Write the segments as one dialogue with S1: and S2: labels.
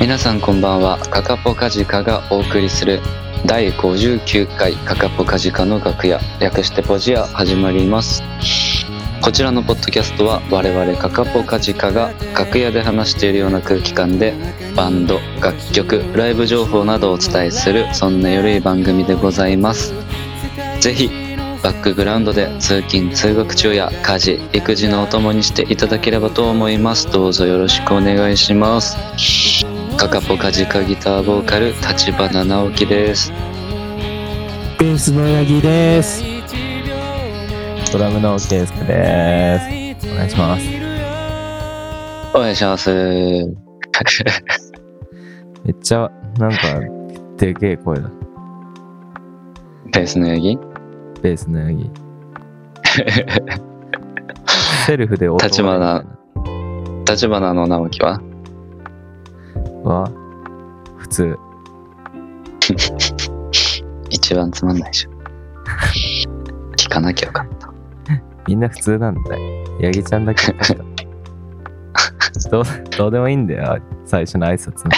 S1: 皆さんこんばんはカカポカジカがお送りする第59回カカポカジカの楽屋略してポジア始まりますこちらのポッドキャストは我々カカポカジカが楽屋で話しているような空気感でバンド楽曲ライブ情報などをお伝えするそんな緩い番組でございますぜひバックグラウンドで通勤通学中や家事育児のお供にしていただければと思いますどうぞよろしくお願いしますカカポカジカギターボーカル立花直樹です
S2: ベースの柳です。
S3: ドラムのケイスケです。お願いします。
S1: お願いします
S3: めっちゃ、なんか、でけえ声だ。
S1: ベースのヤギ
S3: ベースのヤ ギ。セルフで音
S1: 立花立花の直樹は
S3: は、普通。
S1: 一番つまんないでしょ聞かなきゃよかった
S3: みんな普通なんだよ。ヤギちゃんだ けおかしかった。どう、どうでもいいんだよ。最初の挨拶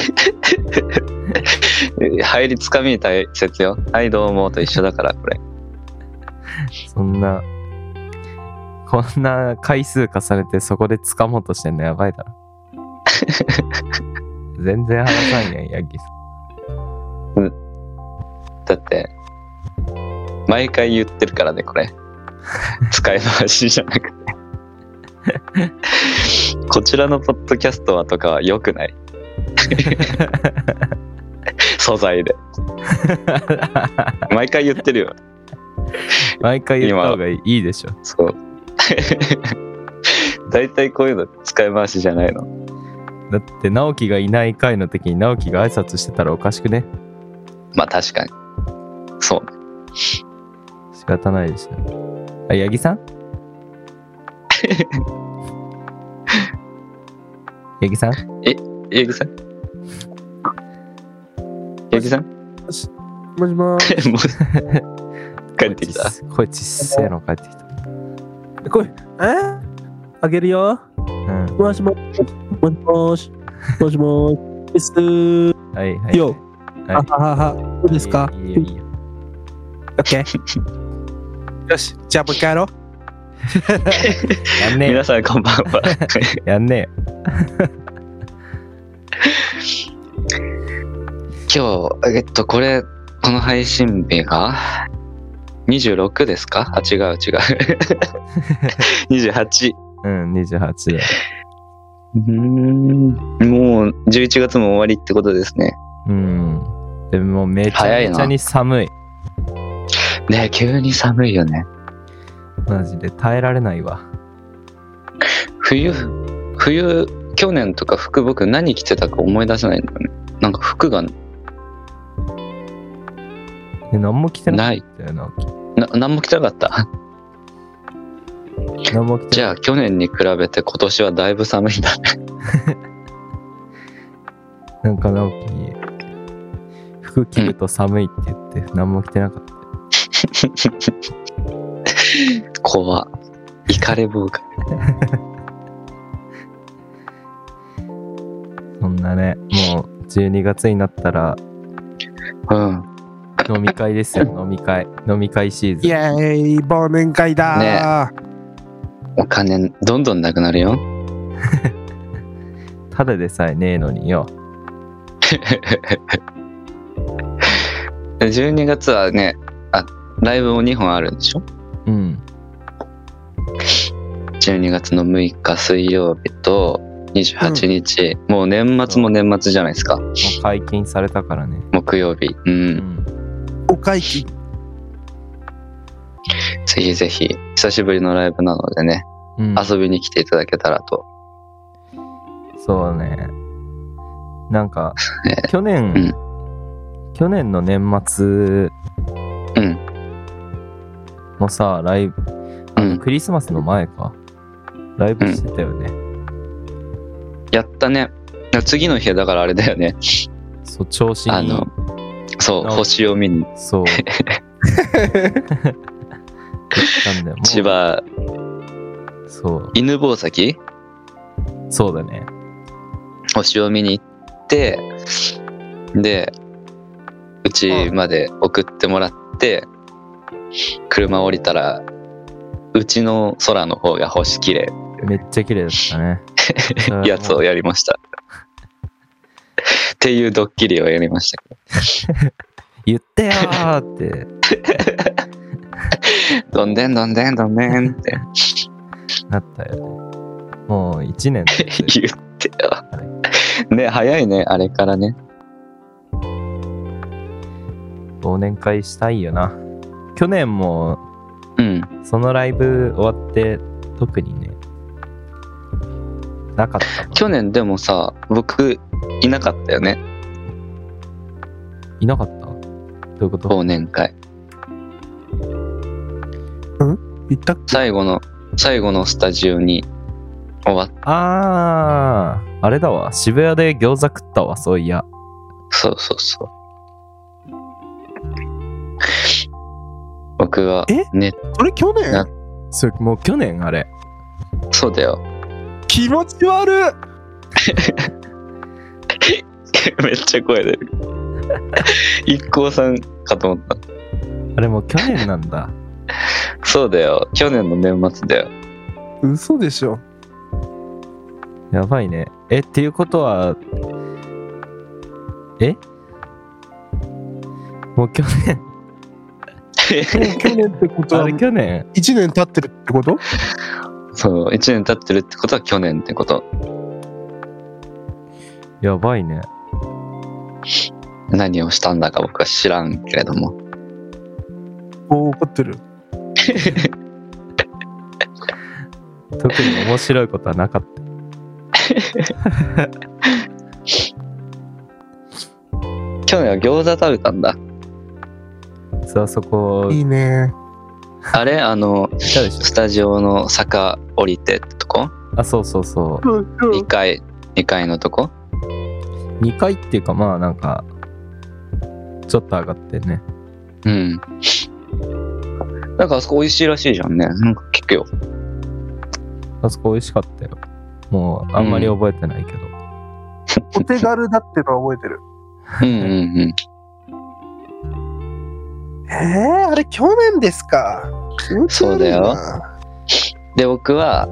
S3: の。
S1: 入りつかみ大切よはいどうもと一緒だからこれ
S3: そんな、こんな回数重ねてそこで掴もうとしてんのやばいだ ろ。全然話さんやん、ヤギさん。
S1: だって毎回言ってるからねこれ使い回しじゃなくてこちらのポッドキャストはとかは良くない素材で毎回言ってるよ
S3: 毎回言った方がいいいいでしょ。
S1: そう大体こういうの使い回しじゃないの
S3: だって直樹がいない回の時に直樹が挨拶してたらおかしくね
S1: まあ確かにそう
S3: 仕方ないでしょあ八 木さん八木さん
S1: 八木さん八木さん も
S2: もしもー し。
S1: う帰ってきた
S3: こいちっせえの帰ってきた
S2: 来い。えあげるよ。
S3: うん
S2: もしもーし。もしもーし。もしもーし。ですー。
S3: はいはい
S2: よあははは。どうですか
S3: いいよいいよ
S2: オッケー。よし。じゃあもう一回やろう。
S3: やんねえよ
S1: 皆さんこんばんは
S3: やんね
S1: 今日えっとこれこの配信日が26ですかあ違う違う28
S3: えようん28だ
S1: うーんもう11月も終わりってことですね
S3: うんでもめちゃ
S1: 早いな
S3: めちゃに寒い
S1: ねえ急に寒いよね
S3: マジで耐えられないわ
S1: 冬冬去年とか服僕何着てたか思い出せないんだよねなんか服が
S3: え何も着てな
S1: ない
S3: かったよ直
S1: な何も着てなかった
S3: 樹何も着て
S1: じゃあ去年に比べて今年はだいぶ寒いんだね
S3: なんか直樹服着ると寒いって言って何も着てなかった、
S1: 怖っイカレボーが
S3: そんなねもう12月になったら
S1: うん
S3: 飲み会ですよ飲み会飲み会シーズ
S2: イ
S3: ン
S2: ェーイ。忘年会だー。
S1: お金どんどんなくなるよ
S3: ただでさえねえのによ
S1: 12月はねあライブも2本あるんでしょ
S3: うん
S1: 12月の6日水曜日と28日、もう年末も年末じゃないですか
S3: もう解禁されたからね
S1: 木曜日う
S3: うんん
S2: お会計。
S1: ぜひぜひ久しぶりのライブなのでね、
S3: うん
S1: 遊びに来ていただけたらと
S3: そうねな んか
S1: ね
S3: 去年、
S1: うん
S3: 去年の年末
S1: うん
S3: のさライブ
S1: う
S3: あの
S1: ん
S3: クリスマスの前かライブしてたよね、
S1: やったね次の日はだからあれだよね
S3: そう調子
S1: あ
S3: に
S1: のそう
S3: あ
S1: 星を見に
S3: そう。行ったんだよ。もう
S1: 千葉
S3: そう。
S1: 犬吠埼
S3: そうだね。
S1: 星を見に行ってでうちまで送ってもらって車降りたらうちの空の方が星綺麗
S3: めっちゃ綺麗だったねそれ はもう
S1: やつをやりましたっていうドッキリをやりましたけ
S3: 言ってよーって
S1: どどんでんどんでんどんでんって
S3: なったよねもう1年経つ
S1: 言ってよね早いねあれからね
S3: 忘年会したいよな去年も
S1: うん
S3: そのライブ終わって特にねなかったもん
S1: 去年でもさ僕いなかったよね
S3: いなかったどういうこと
S1: 忘年会
S2: 言ったっけ
S1: 最後の最後のスタジオに終わっ
S3: あーあれだわ渋谷で餃子食ったわそういや
S1: そうそうそう僕は
S2: え
S1: ね
S2: それ去
S1: な
S2: 年
S3: それもう去年あれ
S1: そうだよ
S2: 気持ち悪い
S1: めっちゃ声出る 一行さんかと思った
S3: あれもう去年なんだ
S1: そうだよ去年の年末 だよ
S2: 嘘でしょ
S3: やばいねえっていうことはえもう去年
S2: もう去年ってこと
S3: あ
S2: は
S3: れ去年
S2: 1年経ってるってこと
S1: そう1年経ってるってことは去年ってこと
S3: やばいね
S1: 何をしたんだか僕は知らんけれども
S2: もう怒ってる
S3: 特に面白いことはなかった
S1: 去年は餃子食べたんだ
S3: さあそこ
S2: いいね
S1: あれあの
S3: いたでしょ
S1: スタジオの坂降りてってとこ
S3: あそうそうそ
S2: うんう
S1: 2階2階のとこ
S3: う2階っていうかまあなんかちょっと上がってね
S1: うんなんかあそこ美味しいらしいじゃんねなんか聞くよ
S3: あそこ美味しかったよもうあんまり覚えてないけど、
S2: お手軽だってのは覚えてる
S1: うんうん
S2: えー、あれ去年ですか気持ち
S1: そ
S2: 悪いな
S1: うだようんで僕は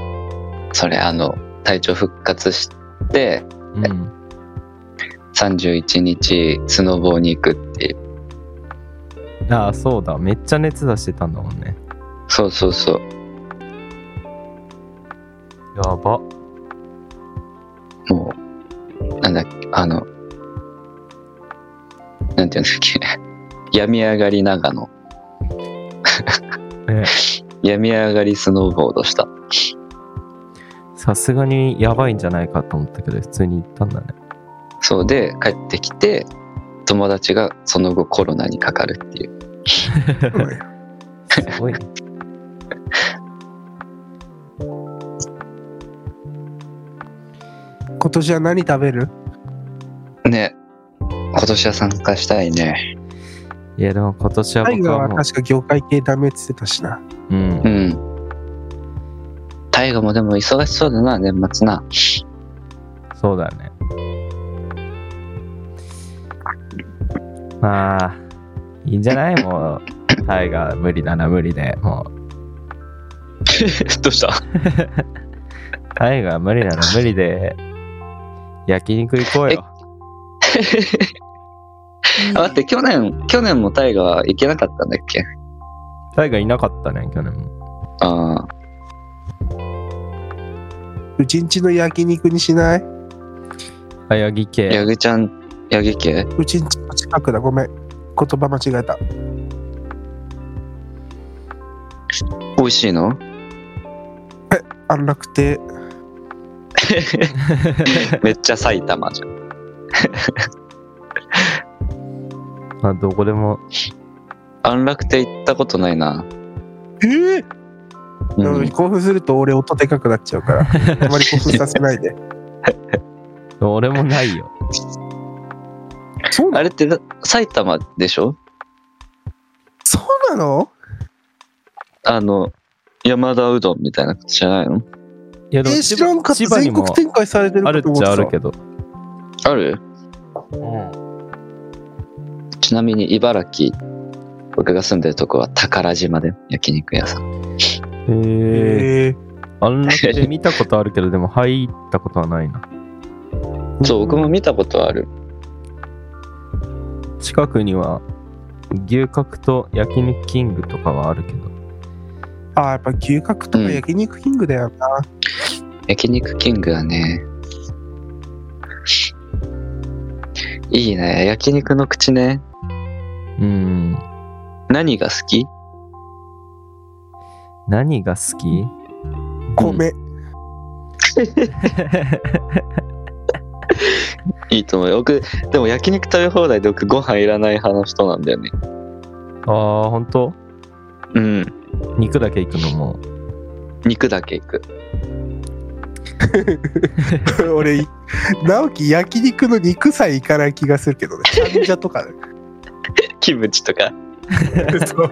S1: それあの体調復活して
S3: うん
S1: 31日スノボーに行くっていう
S3: ああそうだめっちゃ熱出してたんだもんね
S1: そうそうそう
S3: やば
S1: もうなんだっけあのなんていうんだっけ病み上がり長野
S3: え
S1: 病み上がりスノーボードした
S3: さすがにやばいんじゃないかと思ったけど普通に行ったんだね
S1: そうで帰ってきて友達がその後コロナにかかるっていう
S2: うん
S3: すごいね
S2: 今年は何食べる
S1: ね今年は参加したいね
S3: いやでも今年は
S2: 大
S3: 僕
S2: 河
S3: は
S2: は
S3: もう
S2: 確か業界系ダメって言ってたしな
S3: うん
S1: うん大河もでも忙しそうだな年末 な
S3: そうだね。まあ、いいんじゃないもう、タイが無理だな、無理で。もう、
S1: どうした
S3: タイが無理だな、無理で、焼肉行こうよ。
S1: 待って去年去年も大河行けなかったんだっけ
S3: タイがいなかったね、去年も。
S1: ああ
S2: うちんちの焼肉にしない
S3: あ、ヤギ
S1: 八
S3: 系。
S1: 木ちゃん八木家
S2: うちんちの近くだごめん言葉間違えた
S1: 美味しい の
S2: 安楽亭
S1: めっちゃ埼玉じゃん
S3: まあ、どこでも、
S1: 安楽亭行ったことないな、
S2: え
S1: うん
S2: 興奮すると俺音でかくなっちゃうから あまり興奮させないで
S3: 俺もないよ。
S2: そうな
S1: あれってな埼玉でしょ
S2: そうなの
S1: あの山田うどんみたいなことじゃないの
S3: いや、
S2: え
S3: でも
S2: ー知らんかっ
S3: 千
S2: た
S3: 葉に
S2: 全
S3: も
S2: 国展開されてる
S3: あ
S2: か
S3: る
S2: と
S3: っ
S2: 思っ
S3: ち
S2: て
S3: ゃあ
S2: た
S3: るけど、
S1: ある
S3: うん。
S1: ちなみに茨城、僕が住んでるとこは宝島で焼肉屋さん。
S3: えー、
S2: え
S3: あんなって見たことあるけど、でも入ったことはないな。
S2: ー
S1: そう、僕も見たことある。
S3: 近くには牛角と焼肉キングとかはあるけど。
S2: あーやっぱ牛角とか焼肉キングだよな、
S1: 焼肉キングはね、いいね。焼肉の口ね。
S3: うん。
S1: 何が好き
S3: 何が好き
S2: 米、
S1: いいと思うよ。僕、でも焼肉食べ放題で僕ご飯いらない派の人なんだよね。
S3: ああ、本当
S1: うん。
S3: 肉だけいくのも。
S1: 肉だけいく。
S2: 俺直樹焼肉の肉さえいかない気がするけどね患者とかね
S1: キムチとか、
S2: そう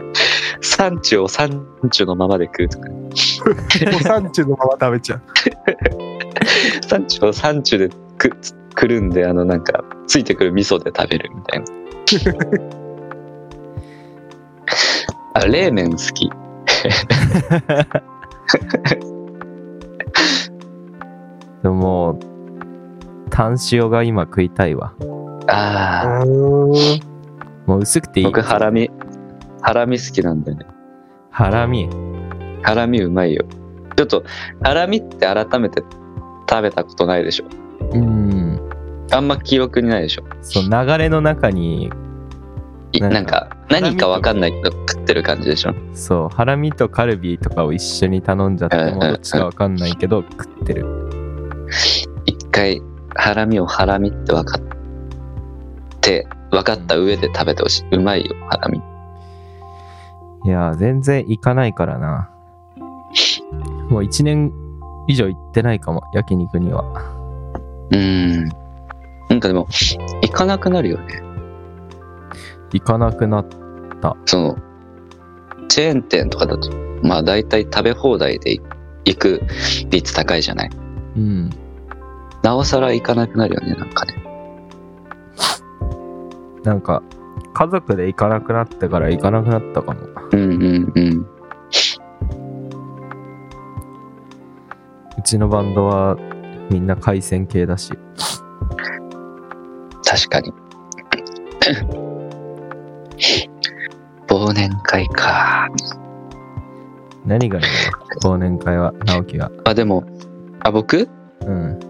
S1: 産地を産地のままで食うとか、
S2: もう産地のまま食べちゃう
S1: 産地を産地でくくるんで、あの、なんか、ついてくる味噌で食べるみたい な。あ、冷麺好き。
S3: でももう、炭塩が今食いたいわ。
S1: ああ、
S3: もう薄くていい。
S1: 僕、ハラミ、ハラミ好きなんだよね。
S3: ハラミ。
S1: ハラミうまいよ。ちょっと、ハラミって改めて食べたことないでしょ。
S3: うん。
S1: あんま記憶にないでしょ。
S3: そう、流れの中に、
S1: い
S3: なんか
S1: なんか何かわかんないけど食ってる感じでしょ
S3: そう、ハラミとカルビとかを一緒に頼んじゃっても、
S1: うんうんうん
S3: どっちかわかんないけど、食ってる。
S1: 一回ハラミをハラミって分かって分かった上で食べてほしいうまいよハラミ
S3: いやー、全然行かないからな。もう一年以上行ってないかも、焼肉には。
S1: うんなんかでも行かなくなるよね
S3: 行かなくなっ
S1: そのチェーン店とかだとまあ大体食べ放題で行く率高いじゃない
S3: うん。
S1: なおさら行かなくなるよねなんかね
S3: なんか、家族で行かなくなってから行かなくなったかも。
S1: うんうんうん
S3: うちのバンドはみんな海鮮系だし。
S1: 確かに 忘年会か
S3: 何がいいの忘年会は、直樹が。
S1: あでもあ僕
S3: うん。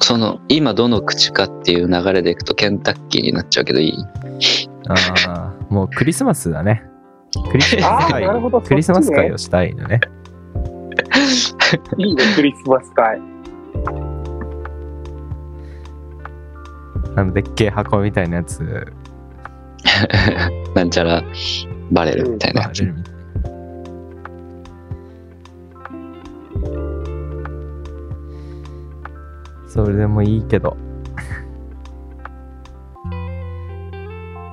S1: その今どの口かっていう流れでいくとケンタッキーになっちゃうけどいい
S3: ああ、もうクリスマスだね。クリスマ
S4: あー
S3: ス
S4: なる
S3: 会。
S4: ほど。
S3: クリスマス会
S4: そっ
S3: をしたいのね。
S4: ちねいいね、クリスマス会。
S3: あの、でっけえ箱みたいなやつ、
S1: なんちゃらバレるみたいな
S3: バ
S1: や
S3: レ
S1: つ
S3: るみたいな。それでもいいけど。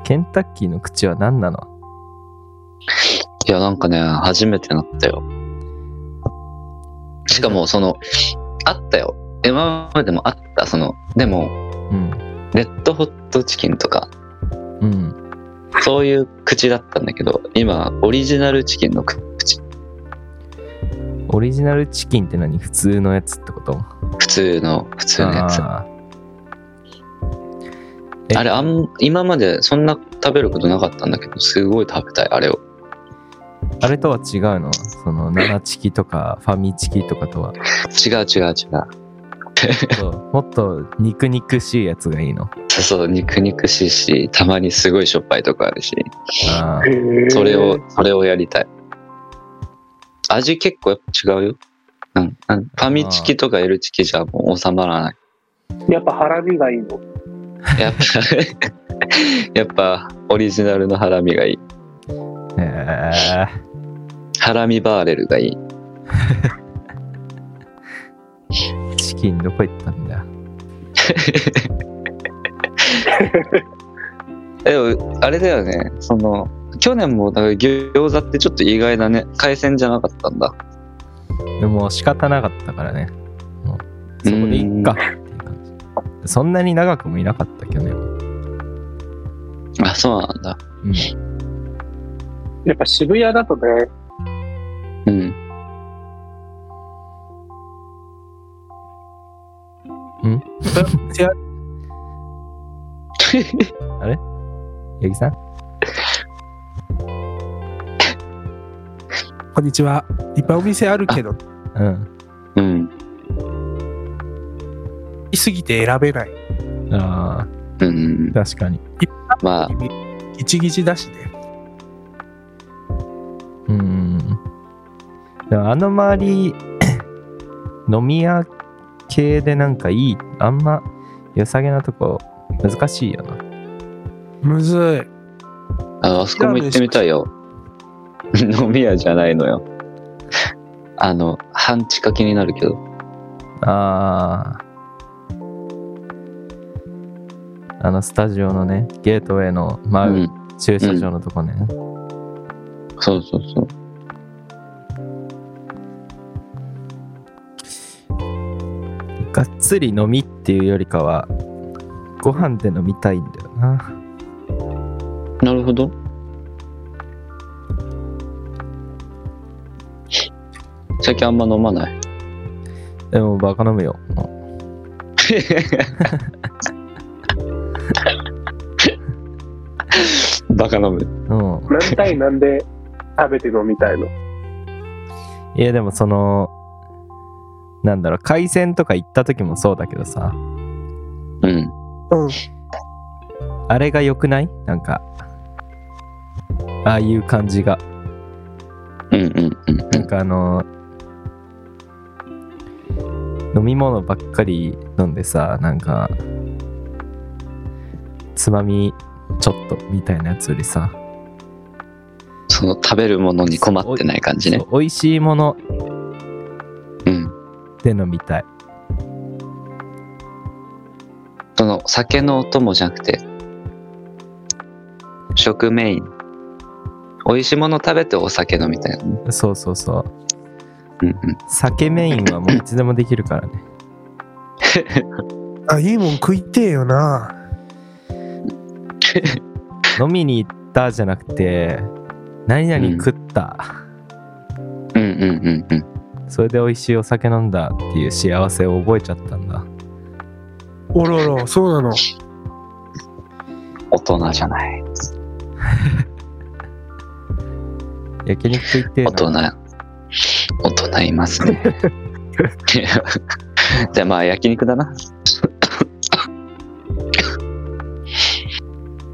S3: ケンタッキーの口は何なの
S1: いやなんかね初めてなったよしかもそのあったよ今までもあったそのでも
S3: うん。
S1: レッドホットチキンとか
S3: うん。
S1: そういう口だったんだけど今オリジナルチキンの口
S3: オリジナルチキンって何普通のやつってこと
S1: 普通の普通のやつあ
S3: あーえ
S1: れあん今までそんな食べることなかったんだけどすごい食べたいあれを
S3: あれとは違うのその7チキ とかファミチキとかとは
S1: 違う違う違う
S3: そうもっと肉肉しいやつがいいの
S1: そうそう、肉肉しいし、たまにすごいしょっぱいとかあるし、
S3: あー
S4: へー
S1: それを、それをやりたい。味結構やっぱ違うよ。なんなんファミチキとか L チキじゃもう収まらない。
S4: やっぱハラミがいいの。
S1: やっぱ、 やっぱオリジナルのハラミがいい。
S3: えー
S1: ハラミバーレルがいい。
S3: チキンどこ行ったんだよ
S1: でも、あれだよね、その、去年もだから餃子ってちょっと意外だね。海鮮じゃなかったんだ。
S3: でももう仕方なかったからねもうそこでいっかっていう感じってそんなに長くもいなかった去年は。
S1: あ、そうなんだ。
S3: うん
S4: やっぱ渋谷だとね、
S1: うん。
S3: 八木さん
S2: こんにちは。いっぱいお店あるけど、行
S3: うん。
S1: うん。
S2: きすぎて選べない。
S3: あ
S1: うん
S3: あ、。確かに。
S1: まあ、
S2: ギチギチだしね。
S3: うん。でもあの周り、 飲み屋系でなんかいい、あんま良さげなとこ難しいよな。
S2: むずい。
S1: ああそこも行ってみたいよ。 飲み屋じゃないのよ。あの、半地下気になるけど。
S3: ああ。あのスタジオのね、ゲートウェイの
S1: うん
S3: 真う。駐車場のとこね。
S1: そうそうそう。
S3: がっつり飲みっていうよりかは、ご飯で飲みたいんだよな。
S1: なるほど。最近あんま飲まない。
S3: でもバカ飲むよ。
S1: バカ飲む。
S3: うん。
S4: 何対何で食べて飲みたいの。
S3: いやでもそのなんだろう海鮮とか行った時もそうだけどさ
S1: うん。
S2: うん。
S3: あれが良くないなんかああいう感じが
S1: うんうんうんう。
S3: なんんかあの飲み物ばっかり飲んでさなんかつまみちょっとみたいなやつよりさ
S1: その食べるものに困ってない感じね。
S3: そう美味しいもの
S1: うん。
S3: で飲みたい
S1: その酒のお供じゃなくて、食メイン。美味しいもの食べてお酒飲みたいなね。
S3: そうそうそ
S1: う
S3: う
S1: んうん。
S3: 酒メインはもういつでもできるからね
S2: あ、いいもん食いてえよな。
S3: 飲みに行ったじゃなくて何々食った、
S1: うんうんうんうん。
S3: それで美味しいお酒飲んだっていう幸せを覚えちゃったんだ。
S2: おろろ、そうなの。
S1: 大人じゃない。
S3: 焼肉食いてえ
S1: 大
S3: な
S1: 人。大人いますね。じゃあまあ焼肉だな。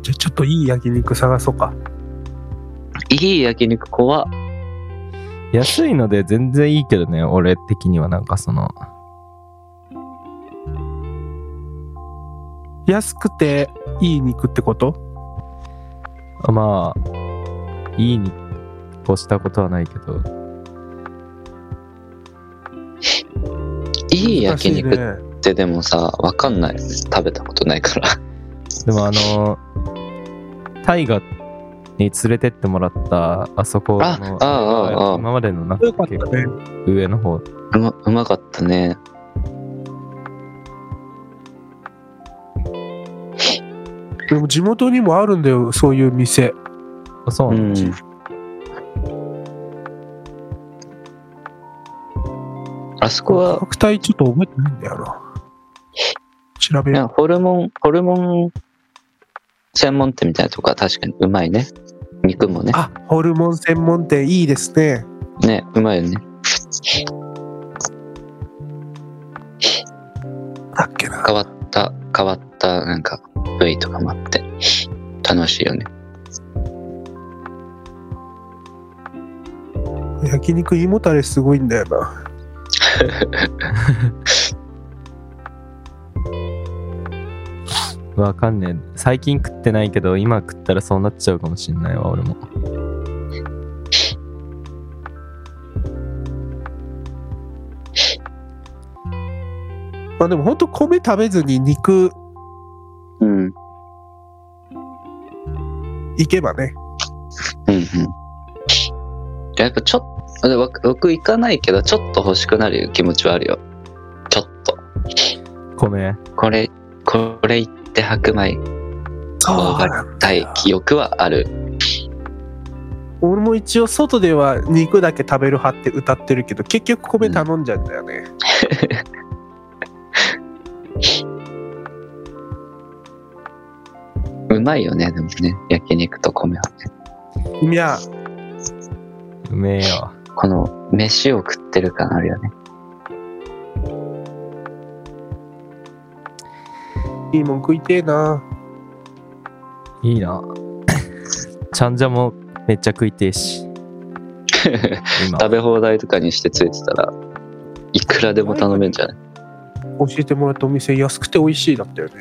S2: じゃ、ちょっといい焼肉探そうか。
S1: いい焼肉粉は、
S3: 安いので全然いいけどね、俺的にはなんかその、
S2: 安くていい肉ってこと
S3: まあ、いいに越したことはないけど、
S1: いい焼肉
S2: 難
S1: っ
S2: しいね
S1: てでもさ、わかんない。食べたことないから。
S3: でもあの、タイガに連れてってもらった、あそこの、
S1: あああああ
S3: 今までの中
S2: よかったね。
S3: 上の方、
S1: うまうまかったね。
S2: でも地元にもあるんだよ、そういう店。
S3: あそ
S1: う
S3: うなの、
S1: ん。あそこは
S2: 価格帯ちょっと覚えてないんだよな。調べ
S1: い
S2: よ
S1: や、ホルモン、ホルモン専門店みたいなとこは確かにうまいね。肉もね
S2: う。。あ、ホルモン専門店いいですね。
S1: ね、うまいよね。
S2: だっけな。
S1: 変わった、変わった、なんか、部位とかもあって、楽しいよね。
S2: 焼肉胃もたれすごいんだよな。
S3: わかんねえ。最近食ってないけど、今食ったらそうなっちゃうかもしんないわ、俺も。
S2: まあでも本当米食べずに肉
S1: うん。うん
S2: いけばね。
S1: うん。やっぱちょっと、で僕僕行かないけど、ちょっと欲しくなる気持ちはあるよ。ちょっと。
S3: 米。
S1: これ、これ言って白米
S2: そうなん
S1: た
S2: だ
S1: い
S2: よ
S1: 記憶はある
S2: 俺も一応外では肉だけ食べる派って歌ってるけど結局米頼んじゃうんだよね、
S1: うまいよねでもね焼肉と米はね
S2: いや
S3: うめえよ。
S1: この飯を食ってる感あるよね
S2: いいもん食いてえない
S3: いな。 ちゃんじゃもめっちゃ食いてえし。 今
S1: 食べ放題とかにしてついてたらいくらでも頼めんじゃない
S2: 教えてもらったお店安くて美味しいだったよね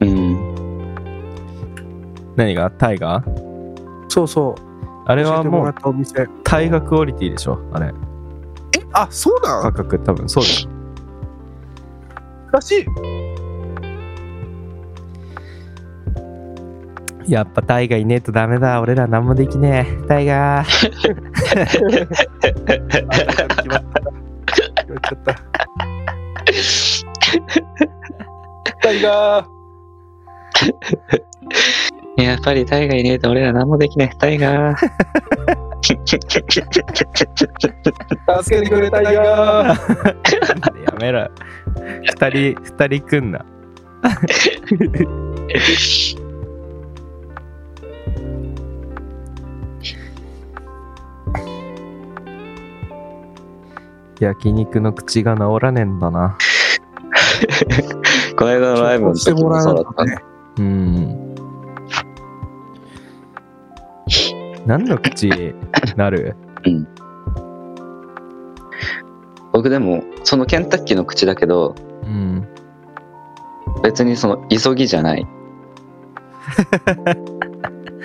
S1: うん
S3: 何がタイガー
S2: そうそう
S3: あれ
S2: 教え
S3: は
S2: ても
S3: も
S2: らっ
S3: う
S2: たお店
S3: タイガークオリティでしょあれ。
S2: えあそうな
S3: 価
S2: ん
S3: 格多分そうです。
S2: らしい
S3: やっぱタイガーいねえとダメだ。俺ら何もできねえ。タイガー。
S2: 決まった決まっちゃった タイガー
S1: やっぱりタイがいねえと俺ら何もできないタイが
S2: 助けてくれタイ ガー
S3: やめろ。二人、二人くんな。焼肉の口が治らねえんだな。
S1: この間のライブの
S2: して
S1: 時
S2: も
S1: も
S2: ら
S1: そううだ
S2: の
S1: った
S2: ね
S3: うん。何の口なる
S1: 僕でもそのケンタッキーの口だけど
S3: うん。
S1: 別にその急ぎじゃない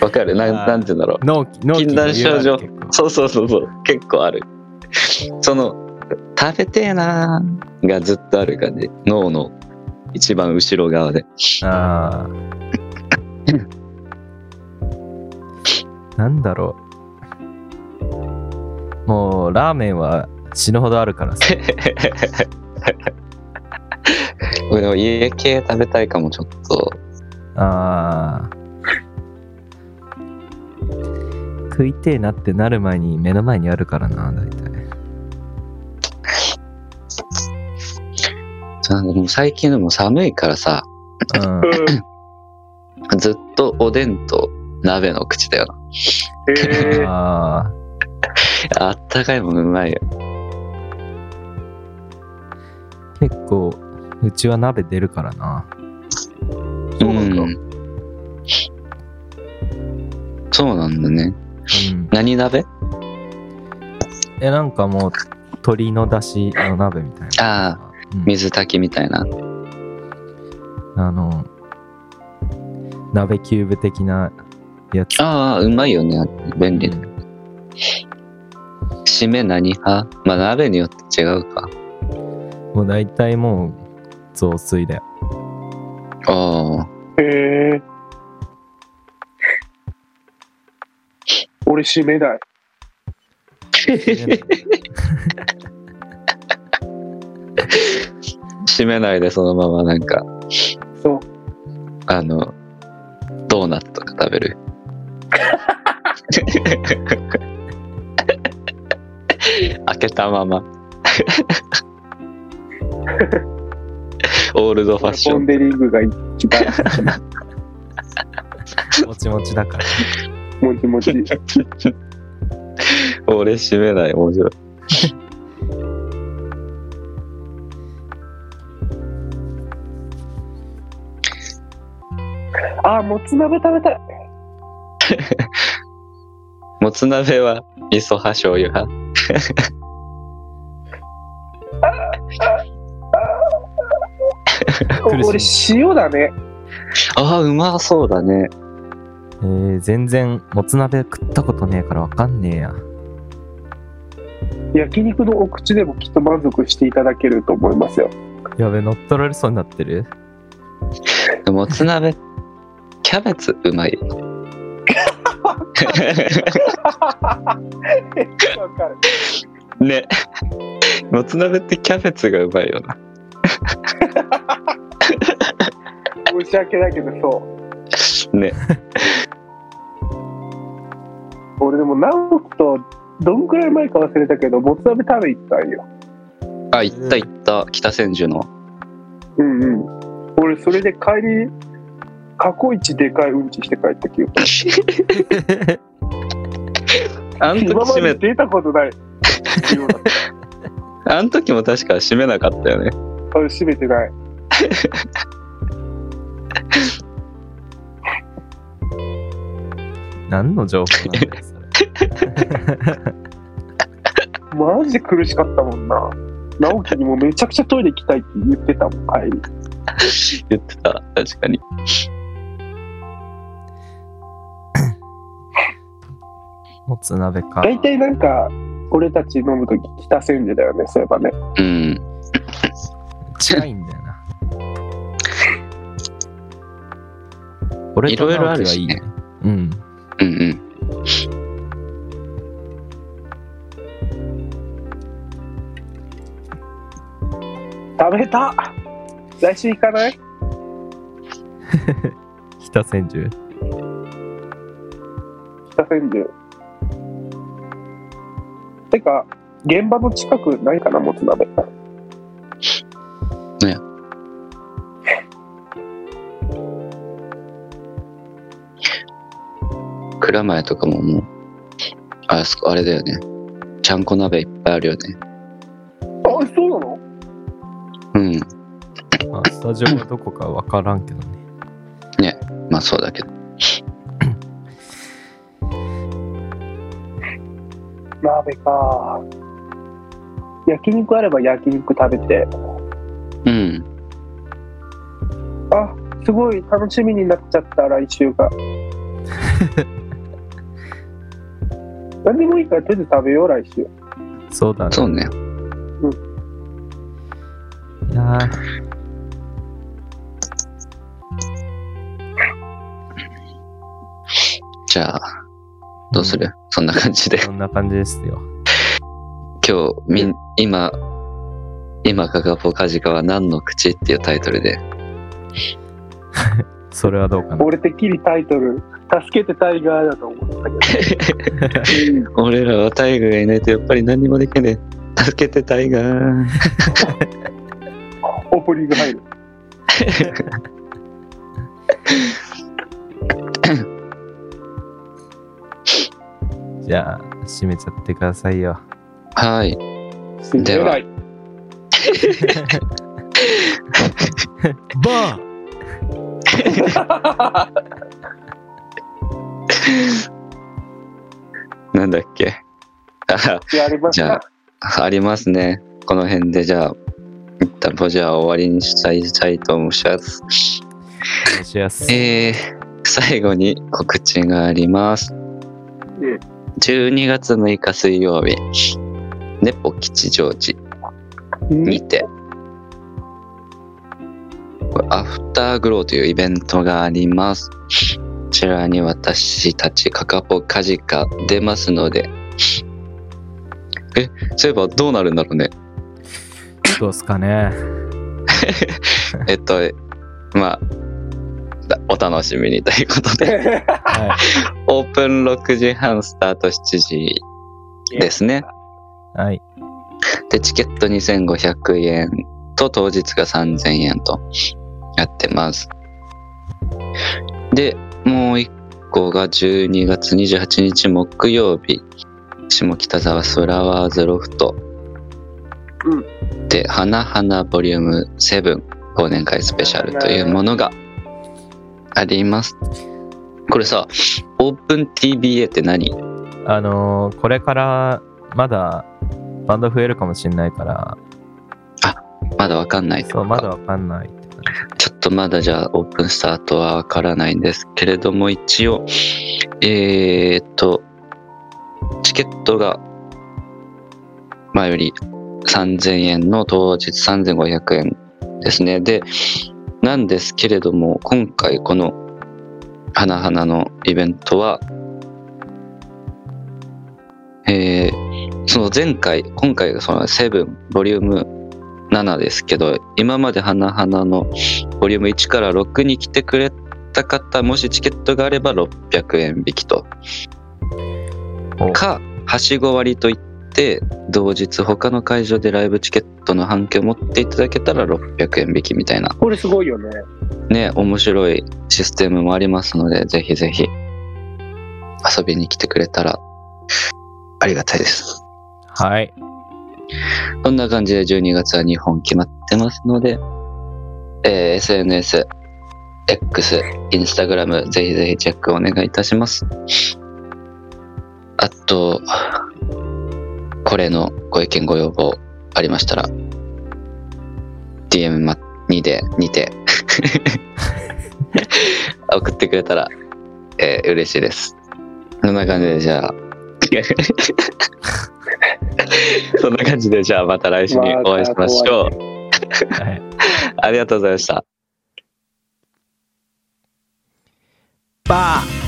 S1: わかるなん
S3: あー
S1: なんて言うんだろう
S3: 納期、納期
S1: 禁断症状
S3: 余裕ある結構
S1: そうそうそうそう結構あるその食べてえなーがずっとある感じ脳の一番後ろ側で
S3: ああ。なんだろう。もう、ラーメンは死ぬほどあるからさ。
S1: 俺も家系食べたいかもちょっと
S3: ああ。食いてえなってなる前に目の前にあるからな、大体。
S1: そうなんだもう最近でも寒いからさ
S3: うん。
S1: ずっとおでんと鍋の口だよな
S4: えー、
S3: ああ。
S1: あったかいものうまいよ
S3: 結構、うちは鍋出るからな。
S2: そうなんだ
S1: んそうなんだね
S3: うん。
S1: 何鍋
S3: え、なんかもう、鶏の出汁の鍋みたいな。
S1: ああ水炊きみたいな
S3: うん。あの、鍋キューブ的なやつ。
S1: ああうまいよね便利で
S3: うん
S1: 締め何派まあ鍋によって違うか
S3: もう大体もう、雑 炊だよ。
S1: ああ
S4: えー、俺締めない。
S1: 締めないでそのままなんか
S4: そう。
S1: あのドーナツとか食 べる開けたま まオールドファッショ
S4: ポ
S1: ン
S4: ンデリングが一番
S3: もちもちだから。
S4: もちもち。
S1: 俺締めない面白い
S4: あー、もつ鍋食べたい。
S1: もつ鍋は味噌派醤油派
S4: 俺
S3: 苦
S4: 塩だね。
S1: ああうまそうだね
S3: えー、全然、もつ鍋食ったことねえからわかんねえや。
S4: 焼肉のお口でもきっと満足していただけると思いますよ。
S3: やべ、乗っ取られそうになってる。
S1: もつ鍋 キャベツうまい
S4: わかる。
S1: ねもつ鍋ってキャベツがうまいよな
S2: 申し訳ないけどそう
S1: ね。
S2: 俺でも直樹とどんくらい前か忘れたけどもつ鍋食べ行ったんよ
S1: あ、行った行った。北千住の。
S2: うんうん俺それで帰り過去一でかいうんちして帰った記憶
S1: あん
S2: 今
S1: 時
S2: ま
S1: 閉
S2: で
S1: め、
S2: 出たことないようだった
S1: あん時も確か閉めなかったよね。
S2: あれ閉めてない
S3: 何の情報なんだよ、そ れ。
S2: マジで苦しかったもんな直樹にもめちゃくちゃトイレ行きたいって言ってたもん帰り
S1: 言ってた。確かに。
S3: もつ鍋か。
S2: 大体なんか俺たち飲む時北千住だよねそういえばね
S1: うん。
S3: 近いんだよな。俺と
S1: いろいろあ
S3: 直
S1: る
S3: 樹はい
S1: し
S3: い
S1: ね
S3: ね。うん。
S1: うんうん。
S2: 食べた来週行かない
S3: 北千住。
S2: 北千住てか現場の近くないかなもつ鍋
S1: 蔵前とかももう、あそこ、あれだよね。ちゃんこ鍋いっぱいあるよね。
S2: あそうなの
S1: うん。
S3: まあ、スタジオがどこかわからんけどね。
S1: まあそうだけど。
S2: 鍋か焼肉あれば焼肉食べて
S1: うん。
S2: あすごい楽しみになっちゃった来週が何でもいいからとりあえず食べよう来週
S3: そうだね。
S1: そうね。
S3: いやー
S1: じゃあ、どうする、そんな感じで。
S3: そんな感じですよ。
S1: 今日、みん、今、今、カカポカジカは何の口っていうタイトルで。
S3: それはどうかな。
S2: 俺てっきりタイトル「助けてタイガー」だと思ったけど
S1: 俺らはタイガーがいないとやっぱり何もできねえ。助けてタイガー。
S2: オープニング入る
S3: じゃあ、閉めちゃってくださいよ。
S1: はい。
S2: 信
S1: で
S2: じ
S1: は
S2: ない
S5: バー
S1: なんだっけ。あ
S2: やりまし
S1: じゃ
S2: た
S1: あありますね。この辺でじゃあ、一旦ポジは終わりにしたいしたいと思います。
S3: お願いしやす。
S1: えー、最後に告知があります。
S2: うん
S1: 12月6日水曜日、ネポ吉祥寺にて、アフターグローというイベントがあります。こちらに私たちカカポカジカ出ますので、え、そういえばどうなるんだろうね。
S3: どうっすかね。
S1: えっと、まあ、だお楽しみにということで。
S3: は
S1: オープン6時半スタート7時ですね。
S3: い。はい。
S1: で、チケット2500円と当日が3000円とやってます。で、もう1個が12月28日木曜日、下北沢フラワーズロフト。で、花花ボリューム7忘年会スペシャルというものがあります。これさ、オープン TBA って何
S3: あのーこれから、まだ、バンド増えるかもしれないから、
S1: まだわかんないと
S3: そう、
S1: か。
S3: まだわかんないって感じ。
S1: ちょっとまだじゃあオープンスタートはわからないんですけれども、一応、えーっと、チケットが前より3000円の当日3500円ですね。で、なんですけれども、今回この花々のイベントは、えーその前回、今回がその7ボリューム7ですけど今まで「花々のボリューム1から6に来てくれた方もしチケットがあれば600円引きと
S3: お
S1: かはしご割りといって同日他の会場でライブチケットの半券を持っていただけたら600円引きみたいな
S4: これすごいよね。
S1: ね面白いシステムもありますのでぜひぜひ遊びに来てくれたらありがたいです。
S3: はい。
S1: こんな感じで12月は2本決まってますので、えー SNS、X、Instagram、ぜひぜひチェックお願いいたします。あと、これのご意見ご要望ありましたら、DM まにで、にて、 送ってくれたら、えー嬉しいです。そんな感じでじゃあ、 そんな感じでじゃあまた来週にお会いしましょう。
S3: はい
S1: ありがとうございました。
S3: バー